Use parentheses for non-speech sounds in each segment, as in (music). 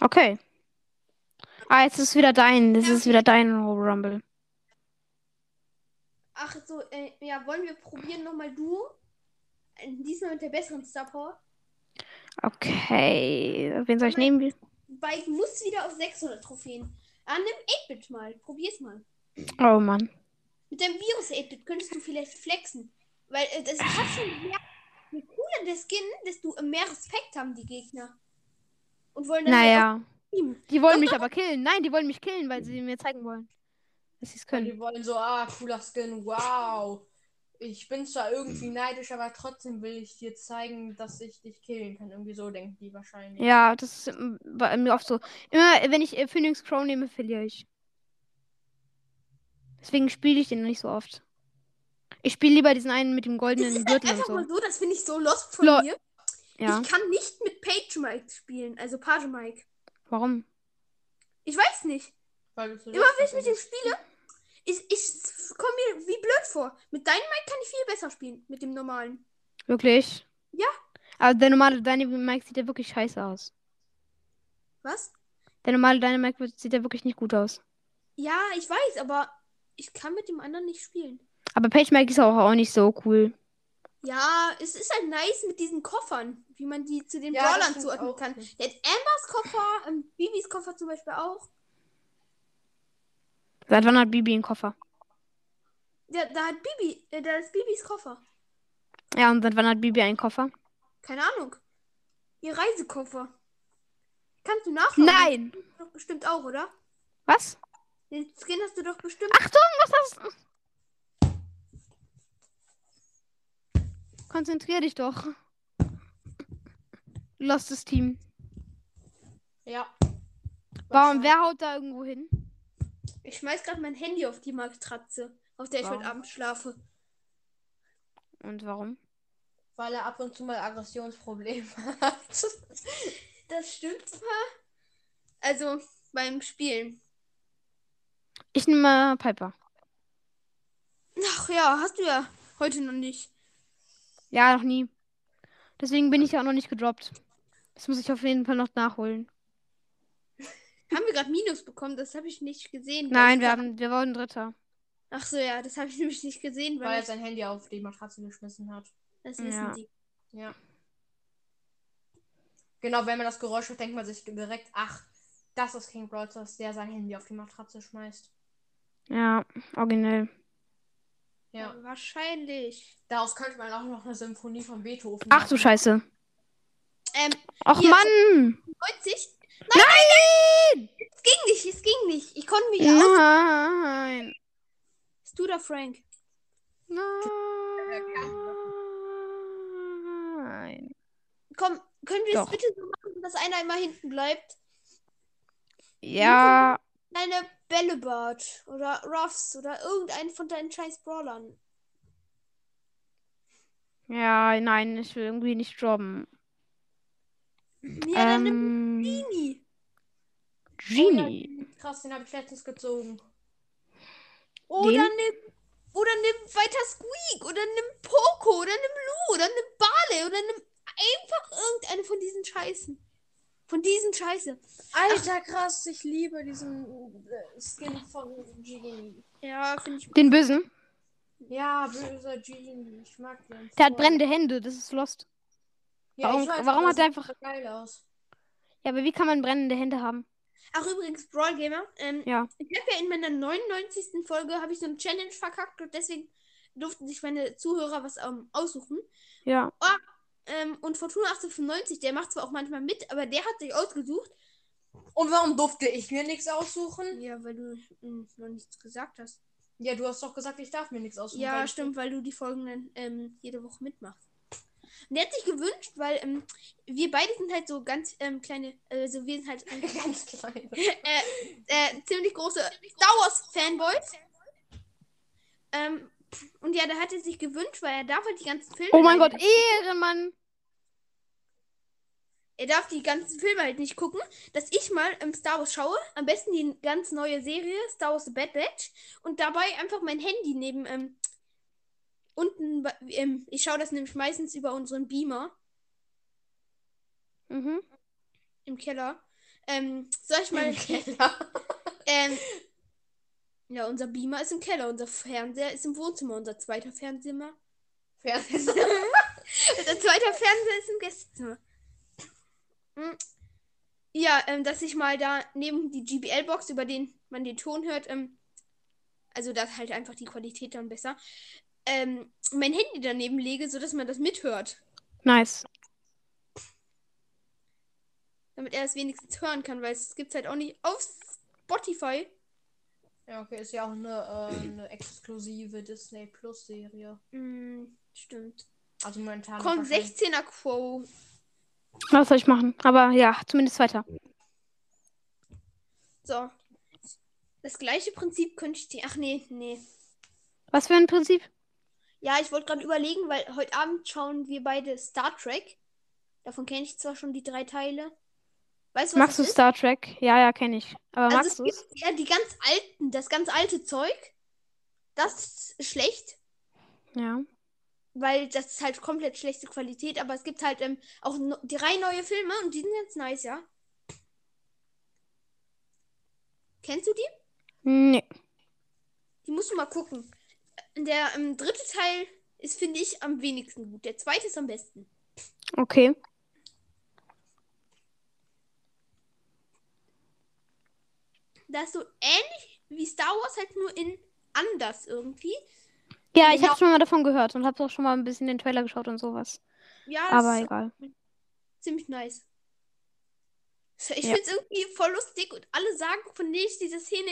Okay. Ah, jetzt ist wieder dein. Das ist wieder dein Royal Rumble. Ach so, äh, ja, wollen wir probieren nochmal Duo? Äh, Diesmal mit der besseren Star Power. Okay. Wen soll ich nehmen? Wie- Weil ich muss wieder auf 600 Trophäen. Ah, nimm 8-Bit mal. Probier's mal. Oh Mann. Mit deinem Virus 8-Bit könntest du vielleicht flexen. Weil äh, das hat (laughs) schon mehr. Je cooler der Skin, desto mehr Respekt haben die Gegner. Und wollen dann halt Naja. auch teamen. Die wollen mich aber killen. Nein, die wollen mich killen, weil sie mir zeigen wollen, dass sie es Weil können. die wollen so, ah, cooler Skin, wow. Ich bin zwar irgendwie neidisch, aber trotzdem will ich dir zeigen, dass ich dich killen kann. Irgendwie so denken die wahrscheinlich. Ja, das ist ähm, bei mir oft so. Immer, wenn ich äh, Phoenix Crow nehme, verliere ich. Deswegen spiele ich den nicht so oft. Ich spiele lieber diesen einen mit dem goldenen Gürtel und halt Einfach mal so. so, das finde ich so lost von Lol. mir. Ja, Ich kann nicht mit Page Mike spielen, also Page Mike. warum? Ich weiß nicht. Weil du so Immer wenn ich lustig mit ihm bist. spiele, ich, ich komme mir wie blöd vor. Mit deinem Mike kann ich viel besser spielen, mit dem normalen. Wirklich? Ja. Aber der normale Dynamite sieht ja wirklich scheiße aus. Was? Der normale Dynamite wird- sieht ja wirklich nicht gut aus. Ja, ich weiß, aber ich kann mit dem anderen nicht spielen. Aber Page Mike ist auch, auch nicht so cool. Ja, es ist halt nice mit diesen Koffern, wie man die zu den Ja, das Brawlern stimmt zuordnen auch. kann. Der hat Ambers Koffer, ähm, Bibis Koffer zum Beispiel auch. Seit wann hat Bibi einen Koffer? Ja, da hat Bibi, äh, da ist Bibis Koffer. Ja, und seit wann hat Bibi einen Koffer? Keine Ahnung. Ihr Reisekoffer. Kannst du nachschauen? Nein! Doch bestimmt auch, oder? Was? Den Skin hast du doch bestimmt. Achtung, was hast du? Konzentrier dich doch. Lostes Team. Ja. Warum, wer haut da irgendwo hin? Ich schmeiß gerade mein Handy auf die Matratze, auf der ich Warum? heute Abend schlafe. (laughs) Und warum? Weil er ab und zu mal Aggressionsprobleme (laughs) hat. Das stimmt zwar. Also beim Spielen. Ich nehme äh, Piper. Ach ja, hast du ja heute noch nicht. Ja, noch nie. Deswegen bin ich ja auch noch nicht gedroppt. Das muss ich auf jeden Fall noch nachholen. Haben wir gerade Minus bekommen? Das habe ich nicht gesehen. weil Nein, ich wir, grad- haben, wir wurden Dritter. Ach so, ja, das habe ich (laughs) nämlich nicht gesehen, weil weil er sein Handy auf die Matratze geschmissen hat. das wissen Ja. die. Ja. Genau, wenn man das Geräusch hört, denkt man sich direkt, ach, das ist King Brawlers, der sein Handy auf die Matratze schmeißt. Ja, originell. Ja. Wahrscheinlich. Daraus könnte man auch noch eine Symphonie von Beethoven Ach du machen. Scheiße. Ähm, Ach Hier. Mann! 90? Nein! Es ging nicht, es ging nicht. Ich konnte mich auch. Nein! Bist du da, Frank? Nein! Komm, können wir es Doch. bitte so machen, dass einer immer hinten bleibt? Ja, Deine Bällebart oder Ruffs oder irgendeinen von deinen scheiß Brawlern. ja, nein, ich will irgendwie nicht jobben. Ja, dann nimm ähm, Mini. Genie. Krass, den habe ich letztens gezogen. Oder nimm, oder nimm weiter Squeak oder nimm Poco oder nimm Lou oder nimm Bale oder nimm einfach irgendeine von diesen Scheißen. Von diesen Scheiße. Alter, krass, ich liebe diesen äh, Skin von Genie. Ja, finde ich. Den Bösen. Ja, böser Genie, ich mag den. Der hat voll. brennende Hände, das ist Lost. Ja, ich warum- weiß, warum aber hat das er sieht einfach- so geil aus? Ja, aber wie kann man brennende Hände haben? Ach, übrigens, Brawl Gamer. Ähm, Ja. Ich habe ja in meiner 99. Folge habe ich so eine Challenge verkackt und deswegen durften sich meine Zuhörer was ähm, aussuchen. Ja. Ähm, und Fortuna 1895, der macht zwar auch manchmal mit, aber der hat sich ausgesucht. Und warum durfte ich mir nichts aussuchen? Ja, weil du hm, noch nichts gesagt hast. Ja, du hast doch gesagt, ich darf mir nichts aussuchen. weil Ja, ich- stimmt, weil du die Folgen dann ähm, jede Woche mitmachst. Und der hat sich gewünscht, weil ähm, wir beide sind halt so ganz ähm, kleine, also wir sind halt (laughs) äh, (laughs) Ganz klein. äh, ziemlich große Star Wars Fanboys. Ähm, und ja, da hat er sich gewünscht, weil er darf halt die ganzen Filme. Oh mein leider- Gott, Ehrenmann. er darf die ganzen Filme halt nicht gucken, dass ich mal im Star Wars schaue, am besten die ganz neue Serie, Star Wars The Bad Batch, und dabei einfach mein Handy neben, ähm, unten, bei- ähm, ich schaue das nämlich meistens über unseren Beamer Mhm. im Keller, Ähm, soll ich (laughs) mal. Im Keller. Ähm, ja, unser Beamer ist im Keller, unser Fernseher ist im Wohnzimmer, unser zweiter Fernseher. Unser Fernseher. zweiter Fernseher ist im Gästezimmer. Hm. Ja, ähm, dass ich mal da neben die GBL-Box, über den man den Ton hört, ähm, also dass halt einfach die Qualität dann besser, ähm, mein Handy daneben lege, sodass man das mithört. Nice. Damit er es wenigstens hören kann, weil es gibt halt auch nicht auf Spotify. Ja, okay, ist ja auch eine, äh, eine exklusive Disney Plus Serie. Hm, stimmt. Also momentan. halt. Kommt wahrscheinlich- 16er Quo. Was soll ich machen? Aber ja, zumindest weiter. So. Das gleiche Prinzip könnte ich dir. Ach nee, nee. Was für ein Prinzip? Ja, ich wollte gerade überlegen, weil heute Abend schauen wir beide Star Trek. Davon kenne ich zwar schon die drei Teile. Weißt du, was Magst du das ist? Star Trek? Ja, ja, kenne ich. Aber Also magst es du es? gibt ja die ganz alten, das ganz alte Zeug. Das ist schlecht, Ja. weil das ist halt komplett schlechte Qualität, aber es gibt halt ähm, auch no drei neue Filme und die sind ganz nice, ja. Kennst du die? Nee. Die musst du mal gucken. Der ähm, dritte Teil ist, finde ich, am wenigsten gut. Der zweite ist am besten. Okay. Das ist so ähnlich wie Star Wars, halt nur in anders irgendwie. Ja, ich Genau. habe schon mal davon gehört und habe auch schon mal ein bisschen den Trailer geschaut und sowas. Ja, das Aber ist egal. ziemlich nice. Ich Ja. finde es irgendwie voll lustig und alle sagen, von denen ich diese Szene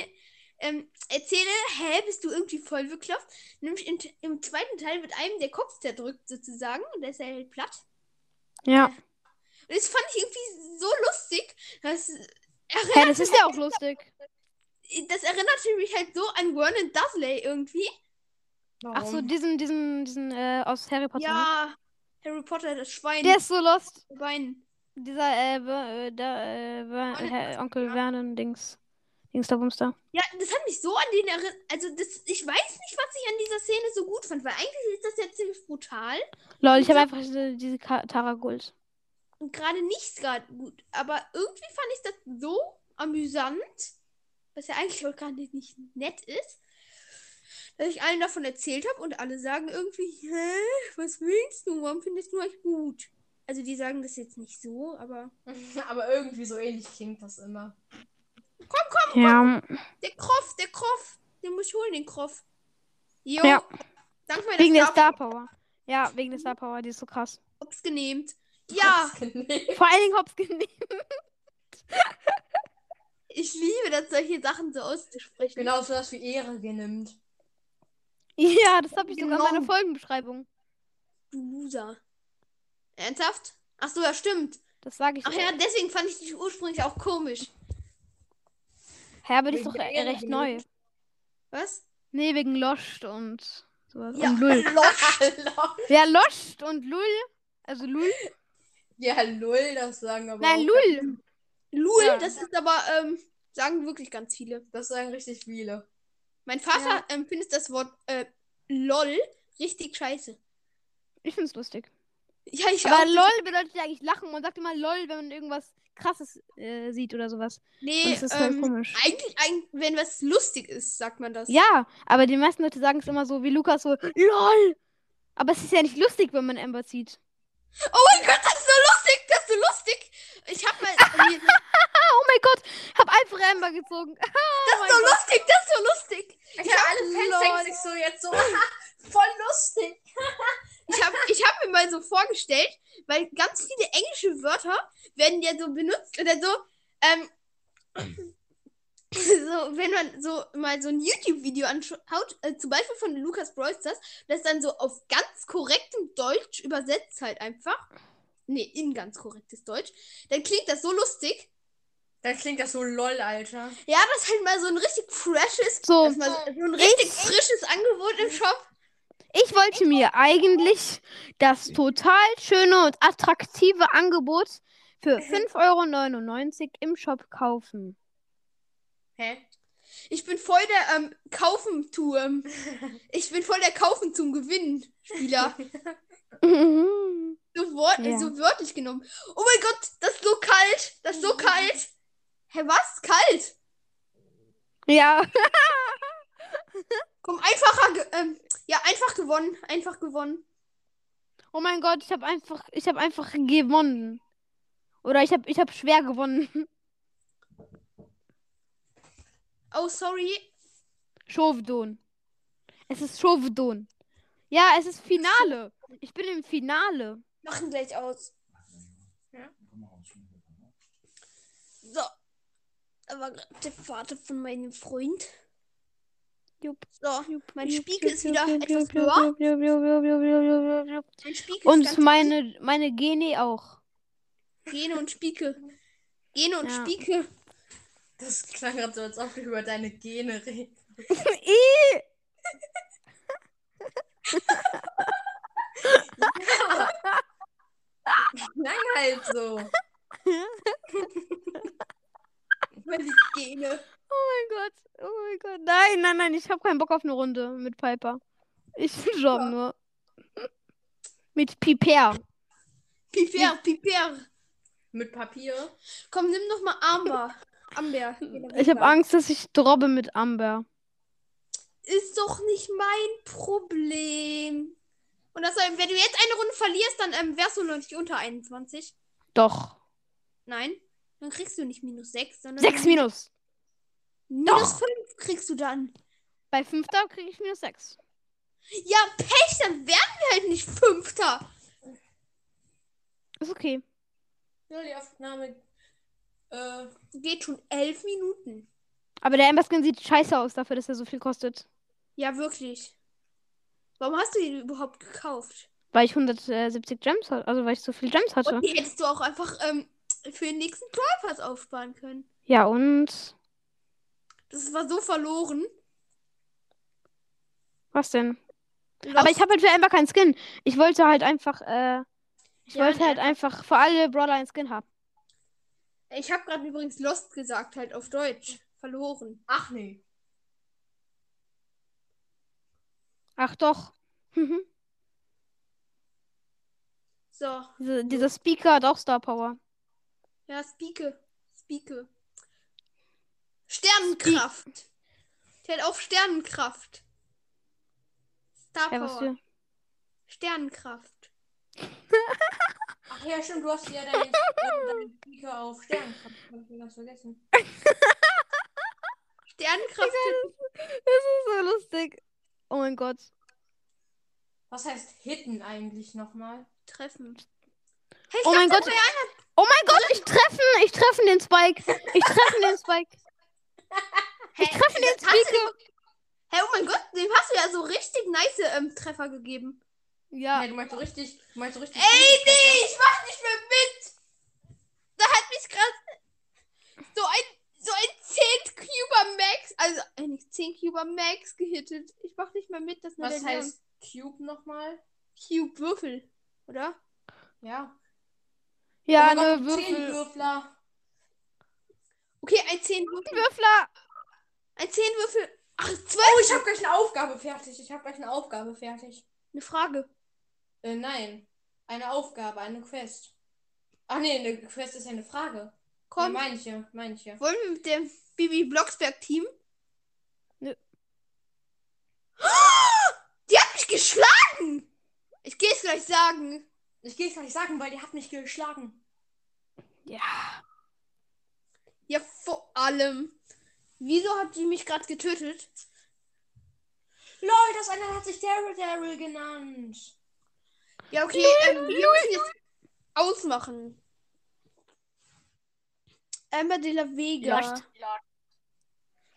ähm, erzähle, hä, bist du irgendwie voll bekloppt? Nämlich in, im zweiten Teil wird einem der Kopf zerdrückt sozusagen und da ist er halt platt. Ja. Und das fand ich irgendwie so lustig, dass Hey, das ist ja auch lustig. das erinnerte mich halt so an Vernon Dursley irgendwie. Ach so, Warum? diesen, diesen, diesen, äh, aus Harry Potter. ne? Ja, Harry Potter, das Schwein. Der ist so lost. Schwein. Dieser, äh, Ver- äh, der, äh, Ver- Herr- Onkel Vernon-Dings. Dings da Bumster. Ja, das hat mich so an den erinnert. Also, das, ich weiß nicht, was ich an dieser Szene so gut fand, weil eigentlich ist das ja ziemlich brutal Lol, ich habe einfach diese, diese Ka- Tara Gold. und gerade nicht gerade gut. Aber irgendwie fand ich das so amüsant, was ja eigentlich auch gar nicht, nicht nett ist, dass ich allen davon erzählt habe und alle sagen irgendwie: Hä, was willst du? Warum findest du euch gut? Also, die sagen das jetzt nicht so, aber. (laughs) Aber irgendwie so ähnlich klingt das immer. Ja. Der Kroff, der Kroff. Den muss ich holen, den Kroff. Jo. Ja. Dank meiner Wegen der Star Star Power. Ja, wegen der Star Power, die ist so krass. Ops genehmt. Ja, Vor allen Dingen Hops genehm. ich liebe das, solche Sachen so auszusprechen. (laughs) Genau so das wie Ehre genimmt. (laughs) (laughs) Ja, das habe ich sogar in meiner Genommen. Folgenbeschreibung. Du Loser. Ernsthaft? Ach so, ja, stimmt. Das sage ich. Ach ja, deswegen fand ich dich ursprünglich auch komisch. Hä, aber die ist Wegen doch der äh, Ehre recht genehm. neu. Was? Nee, wegen Lost und sowas. Ja, Und Lul. Losch. Ja, Lost und Lul. Also Lul. ja, lol, das sagen aber Nein, auch Lul. Lul, Ja. das ist aber, ähm, sagen wirklich ganz viele. Das sagen richtig viele. Mein Vater Ja. ähm, findet das Wort äh, LOL richtig scheiße. Ich find's lustig. Ja, ich Aber auch. LOL bedeutet ja eigentlich lachen. Man sagt immer LOL, wenn man irgendwas krasses äh, sieht oder sowas. Und Nee, das ist voll ähm, komisch. eigentlich, eigentlich, wenn was lustig ist, sagt man das. Ja, aber die meisten Leute sagen es immer so wie Lukas so, LOL. Aber es ist ja nicht lustig, wenn man Amber sieht. Oh mein Gott, das ist so lustig, das ist so lustig. Ich hab mal. Oh mein Gott, hab einfach Amber (laughs) gezogen. Das ist so lustig, das ist so lustig. Ich hab alle Fans lol. denken sich so jetzt so, (laughs) voll lustig. Ich habe ich hab mir mal so vorgestellt, weil ganz viele englische Wörter werden ja so benutzt oder so. Ähm, so wenn man so mal so ein YouTube-Video anschaut, äh, zum Beispiel von Lukas Broysters, das dann so auf ganz korrektem Deutsch übersetzt halt einfach. Nee, in ganz korrektes Deutsch. Dann klingt das so lustig. Dann klingt das so lol, Alter. Ja, das ist halt mal so ein richtig freshes, So. das ist mal so, so ein richtig frisches Angebot im Shop. Ich wollte mir eigentlich das total schöne und attraktive Angebot für (laughs) 5,99 Euro im Shop kaufen. Hä? Ich bin voll der ähm, kaufen turm Ich bin voll der kaufen zum Gewinnen Spieler. Mhm. So, wor Ja. so wörtlich genommen. Oh mein Gott, das ist so kalt. Das ist so kalt. Hä, was? Kalt! Ja. Komm, einfacher. ge- Ähm, ja, einfach gewonnen. Einfach gewonnen. Oh mein Gott, ich habe einfach, ich habe einfach gewonnen. Oder ich habe, ich habe schwer gewonnen. Oh, sorry. Schovdon. Es ist Schovdon. Ja, es ist Finale. Ich bin im Finale. Machen gleich aus. So. Aber der Vater von meinem Freund. Jupp, So, jupp, mein jupp, Spiegel jupp, ist wieder jupp, etwas jupp, jupp, höher. jupp, jupp, jupp, jupp, jupp, jupp, jupp. Oh Mein Spiegel ist Und ganz meine, meine Gene auch. Gene und Spieke. Gene und Ja. Spieke. Das klang gerade so, als ob du über deine Gene redest. (laughs) I! Nein, halt so. Meine Gene. Oh mein Gott, oh mein Gott. Nein, nein, nein, ich habe keinen Bock auf eine Runde mit Piper. Ich jogge nur. Mit Piper. Piper, Piper. Mit Papier. Komm, nimm noch mal Amber. Amber. Ich habe Angst, dass ich drobbe mit Amber. Ist doch nicht mein Problem. Und das, soll- wenn du jetzt eine Runde verlierst, dann ähm, wärst du noch nicht unter 21. Doch. Nein. Dann kriegst du nicht minus 6, sondern. Sechs minus. Minus 5 kriegst du dann. Bei fünfter kriege ich minus sechs. Ja, Pech, dann werden wir halt nicht Fünfter. Ist okay. Ja, die Aufnahme. Äh, Geht schon elf Minuten. Aber der Amber-Skin sieht scheiße aus dafür, dass er so viel kostet. Ja, wirklich. Warum hast du ihn überhaupt gekauft? Weil ich 170 Gems hatte. Also weil ich so viel Gems hatte. Und die hättest du auch einfach ähm, für den nächsten Brawl Pass aufsparen können. Ja, und. Das war so verloren. Was denn? Aber ich habe halt für Amber keinen Skin. Ich wollte halt einfach, äh. Ich Ja, wollte ne? halt einfach für alle Brawler einen Skin haben. Ich habe gerade übrigens Lost gesagt, halt auf Deutsch. Verloren. ach nee. Ach doch. Mhm. So, Diese, dieser Speaker hat auch Star Power. ja, Spieke. Spieke. Sternenkraft. Die hat auch Sternenkraft. Star Ja, was Power. für. Sternenkraft. Ach ja, stimmt, du hast ja deine, deine Speaker auf Stern. Hab ich ganz vergessen. Sternenkraft. Das ist so lustig. Oh mein Gott. Was heißt Hitten eigentlich nochmal? treffen. Hey, ich Oh mein dachte, Gott. Oh mein Gott, ich treffe, ich treffe den Spike. Ich treffe den (laughs) Spike. Hä, Ich treffe den das hast du- Speaker. Hä, oh mein Gott, dem hast du ja so richtig nice ähm, Treffer gegeben. Ja. Nee, du meinst so richtig. Du meinst so richtig. Ey, nee, ich mach nicht mehr mit. Da hat mich gerade so ein, so ein 10 Cuber Max, also äh, nicht 10 Cuber Max gehittet. Ich mach nicht mehr mit, das ist nur Was der Name. heißt Cube nochmal? Cube Würfel, oder? Ja. Ja, Oh mein ne, Gott, zehn Würfel. Würfler. Okay, ein 10 Würfel, Würfler. ein 10 Würfel. Ach, 12 Oh, ich habe gleich eine Aufgabe fertig. Ich habe gleich eine Aufgabe fertig. eine Frage. Äh, nein. Eine Aufgabe, eine Quest. Ach nee, eine Quest ist ja eine Frage. Komm, Nee, manche, manche. wollen wir mit dem Bibi Blocksberg Team? Nö. Oh, Die hat mich geschlagen. Ich gehe es gleich sagen. Ich gehe es gleich sagen, weil die hat mich geschlagen. Ja. Ja, vor allem. Wieso hat die mich gerade getötet? Lol, das eine hat sich Daryl Daryl genannt. Ja, okay, ähm, wir müssen jetzt ausmachen. Amber de la Vega. Lost.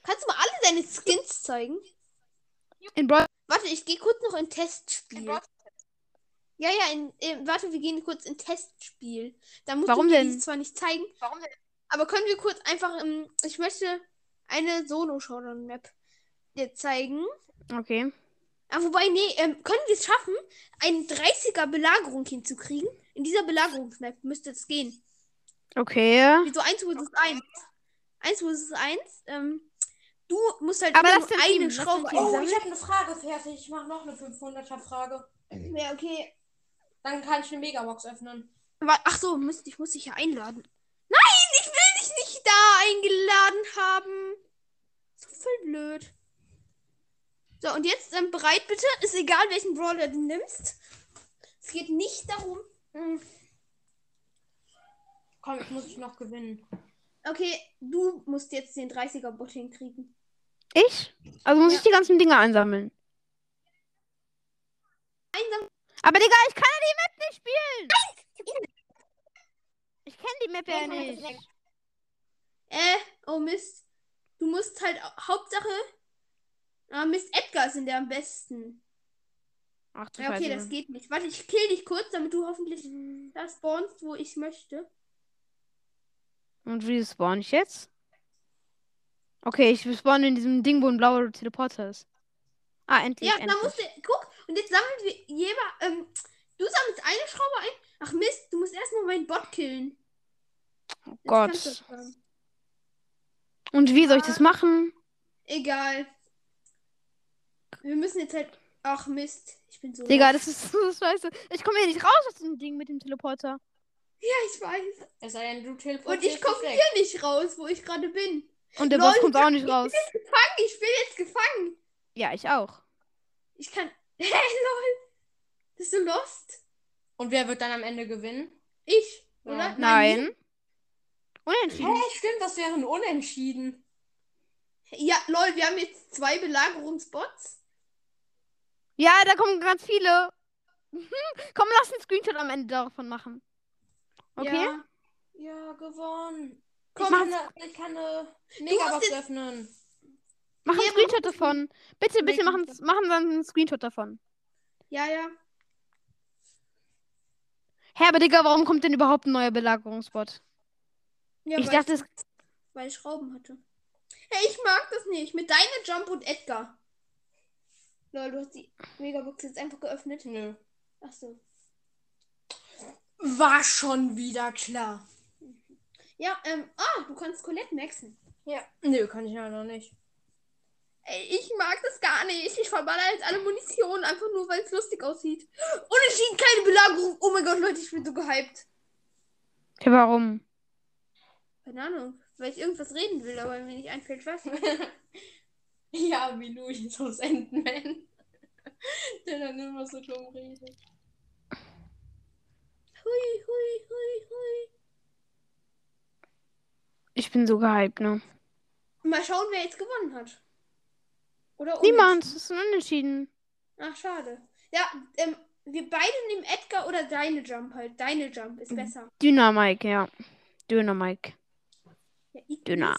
Kannst du mal alle deine Skins zeigen? In Brawl Warte, ich gehe kurz noch in Testspiel. Ja, ja, in, äh, warte, wir gehen kurz in Testspiel. Da musst Warum du mir denn? die zwar nicht zeigen, aber können wir kurz einfach, ähm, ich möchte eine Solo-Showdown-Map dir zeigen. Okay. Ah, wobei, nee, ähm, können wir es schaffen, eine 30er Belagerung hinzukriegen? In dieser Belagerungsmap müsste es gehen. Okay. Wieso 1 vs 1? 1 vs 1, ähm, du musst halt Aber immer lass nur den eine Team, lass den Schraube Team. Oh, einsammeln. ich habe eine Frage fertig. Ich mache noch eine 500er Frage. Ja, okay. Dann kann ich eine Megabox öffnen. Aber, ach so, müsst, ich muss dich ja einladen. Nein, ich will will dich nicht da eingeladen haben. So voll blöd. So, und jetzt ähm, bereit bitte. Ist egal, welchen Brawler du nimmst. Es geht nicht darum. hm, Komm, ich muss dich noch gewinnen. Okay, du musst jetzt den 30er-Bot hinkriegen. Ich? Also muss ich die ganzen Dinger einsammeln. Einsam. Aber Digga, ich kann ja die Map nicht spielen. Ich kenne die Map ja nicht. Äh, oh Mist. Du musst halt au- Hauptsache. Ah, Mist, Edgar sind der am besten. Ach du Ja, okay, das Scheiße. geht nicht. Warte, ich kill dich kurz, damit du hoffentlich da spawnst, wo ich möchte. Und wie spawn ich jetzt? Okay, ich spawn in diesem Ding, wo ein blauer Teleporter ist. Ah, endlich. Ja, da endlich. musst du. Guck, und jetzt sammeln wir jeder. Ähm, du sammelst eine Schraube ein. Ach Mist, du musst erstmal meinen Bot killen. oh Jetzt kannst du Gott. das machen. Und wie soll Ah. ich das machen? Egal. Wir müssen jetzt halt. Ach Mist, ich bin so. Digga, lost. das ist (laughs) so scheiße. Ich komme hier nicht raus aus dem Ding mit dem Teleporter. Ja, ich weiß. Es sei denn, du Und teleportierst ich komme dich weg. hier nicht raus, wo ich gerade bin. Und der Lol, Boss kommt auch nicht raus. Gefangen, ich bin jetzt gefangen. Ja, ich auch. Ich kann. (laughs) Hey, lol. Bist du lost? Und wer wird dann am Ende gewinnen? Ich, Ja. oder? Nein. Hä, Unentschieden. stimmt, das wäre ein Unentschieden. Ja, lol, wir haben jetzt zwei Belagerungsbots. Ja, da kommen ganz viele. Mhm. Komm, lass einen Screenshot am Ende davon machen. Okay? Ja. Ja, gewonnen. Komm, ich, kann eine, ich kann eine Megabox jetzt- öffnen. Mach einen Nee, Screenshot davon. Bitte, bitte machen, machen dann einen Screenshot davon. Ja, ja. Hä, aber Digga, warum kommt denn überhaupt ein neuer Belagerungsbot? ja ich weil dachte, es. weil ich Schrauben hatte. Hey, ich mag das nicht. Mit deiner Jump und Edgar. Lol, du hast die Megabox jetzt einfach geöffnet. Nö. Ach so. War schon wieder klar. Ja, ähm, ah, du kannst Colette maxen. Ja. Nö, kann ich ja noch nicht. Ey, ich mag das gar nicht. Ich verballer jetzt alle Munition, einfach nur, weil es lustig aussieht. Unentschieden, keine Belagerung. Oh mein Gott, Leute, ich bin so gehypt. Okay, warum? Keine Ahnung, weil ich irgendwas reden will, aber mir nicht einfällt, was. (laughs) Ja, wie Luis aus Endman. (laughs) Der dann immer so dumm redet. Hui, hui, hui, hui. Ich bin so gehypt, ne? Mal schauen, wer jetzt gewonnen hat. Oder Niemand, es ist ein Unentschieden. Ach, schade. Ja, ähm, wir beide nehmen Edgar oder deine Jump halt. Deine Jump ist besser. Dynamik, ja. Dynamik. Ja, ich Dünner.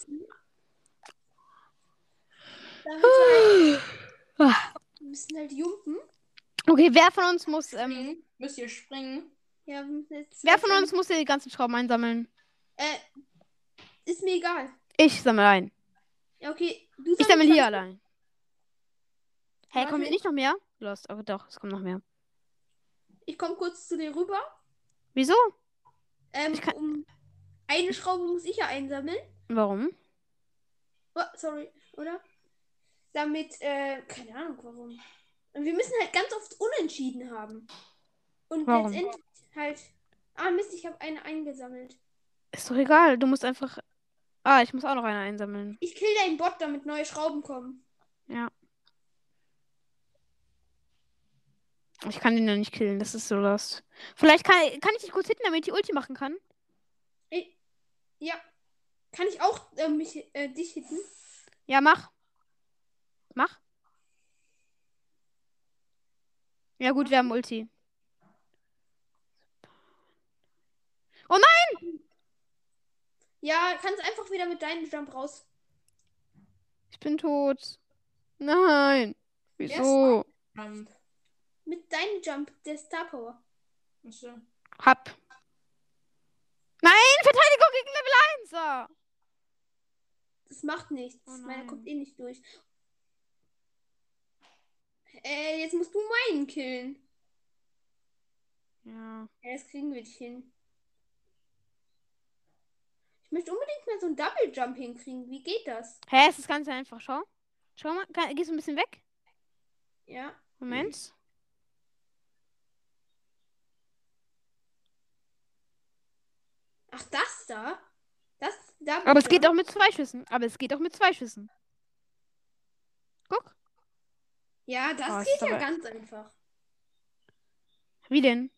Damit wir Ah. halt- Wir müssen halt jumpen. Okay, wer von uns muss. Ähm, Springen? Müsst ihr springen? Ja, wir müssen jetzt wer von uns muss hier die ganzen Schrauben einsammeln? Äh, ist mir egal. Ich sammle ein. Ja, okay. Du Ich sammelst sammle hier dann- allein. Hä, Warte. kommt hier nicht noch mehr? Lost. Oh, doch, es kommt noch mehr. Ich komme kurz zu dir rüber. Wieso? Ähm, Ich kann- um eine Schraube muss ich ja einsammeln. Warum? Oh, sorry, oder? Damit, äh, keine Ahnung warum. Und wir müssen halt ganz oft unentschieden haben. Und Warum? letztendlich halt. Ah, Mist, ich habe eine eingesammelt. Ist doch egal, du musst einfach. Ah, ich muss auch noch eine einsammeln. Ich kill deinen Bot, damit neue Schrauben kommen. Ich kann den ja nicht killen, das ist so lost. Vielleicht kann, kann ich dich kurz hitten, damit ich die Ulti machen kann. Ich, ja. Kann ich auch äh, mich, äh, dich hitten? Ja, mach. Mach. Ja, gut, wir haben Ulti. Ja, kannst einfach wieder mit deinem Jump raus. Ich bin tot. Nein. Wieso? Jump. Mit deinem Jump, der Star Power. Achso. Hab. Nein, Verteidigung gegen Level Ah. 1er. Das macht nichts. Oh Meiner nein. kommt eh nicht durch. Äh, jetzt musst du meinen killen. Ja. Ja, das kriegen wir nicht hin. Ich möchte unbedingt mal so einen Double Jump hinkriegen. Wie geht das? Hä, es ist ganz einfach. Schau. Schau mal, kann, gehst du ein bisschen weg? Ja. Moment. Ach, das da? Das Da Aber es geht auch mit zwei Schüssen. Aber es geht auch mit zwei Schüssen. Guck. Ja, das Ah, ist geht ja dabei. ganz einfach. Wie denn?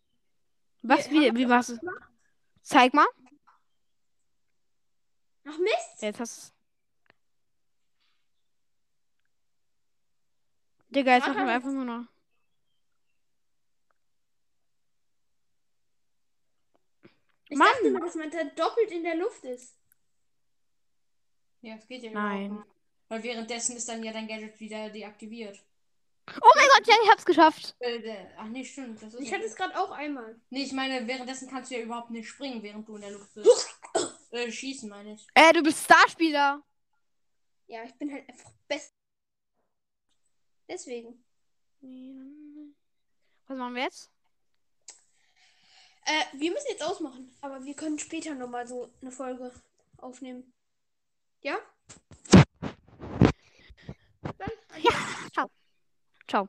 Was? Wir Wie, wie war's? Zeig mal. Ach Mist. Jetzt hast Digga, jetzt Mach machen wir einfach. einfach nur noch. Ich Mann. dachte mal, dass man da doppelt in der Luft ist. Ja, das geht ja Nein. überhaupt nicht. Weil währenddessen ist dann ja dein Gadget wieder deaktiviert. Oh mein Gott, ja, ich hab's geschafft. Äh, der- Ach nee, stimmt. Das ist Ich hatte es gerade auch einmal. nee, ich meine, währenddessen kannst du ja überhaupt nicht springen, während du in der Luft bist. äh, schießen meine ich. Äh, du bist Starspieler. Ja, ich bin halt einfach best. Deswegen. Was machen wir jetzt? Äh, wir müssen jetzt ausmachen. Aber wir können später nochmal so eine Folge aufnehmen. Ja? Dann. Ja.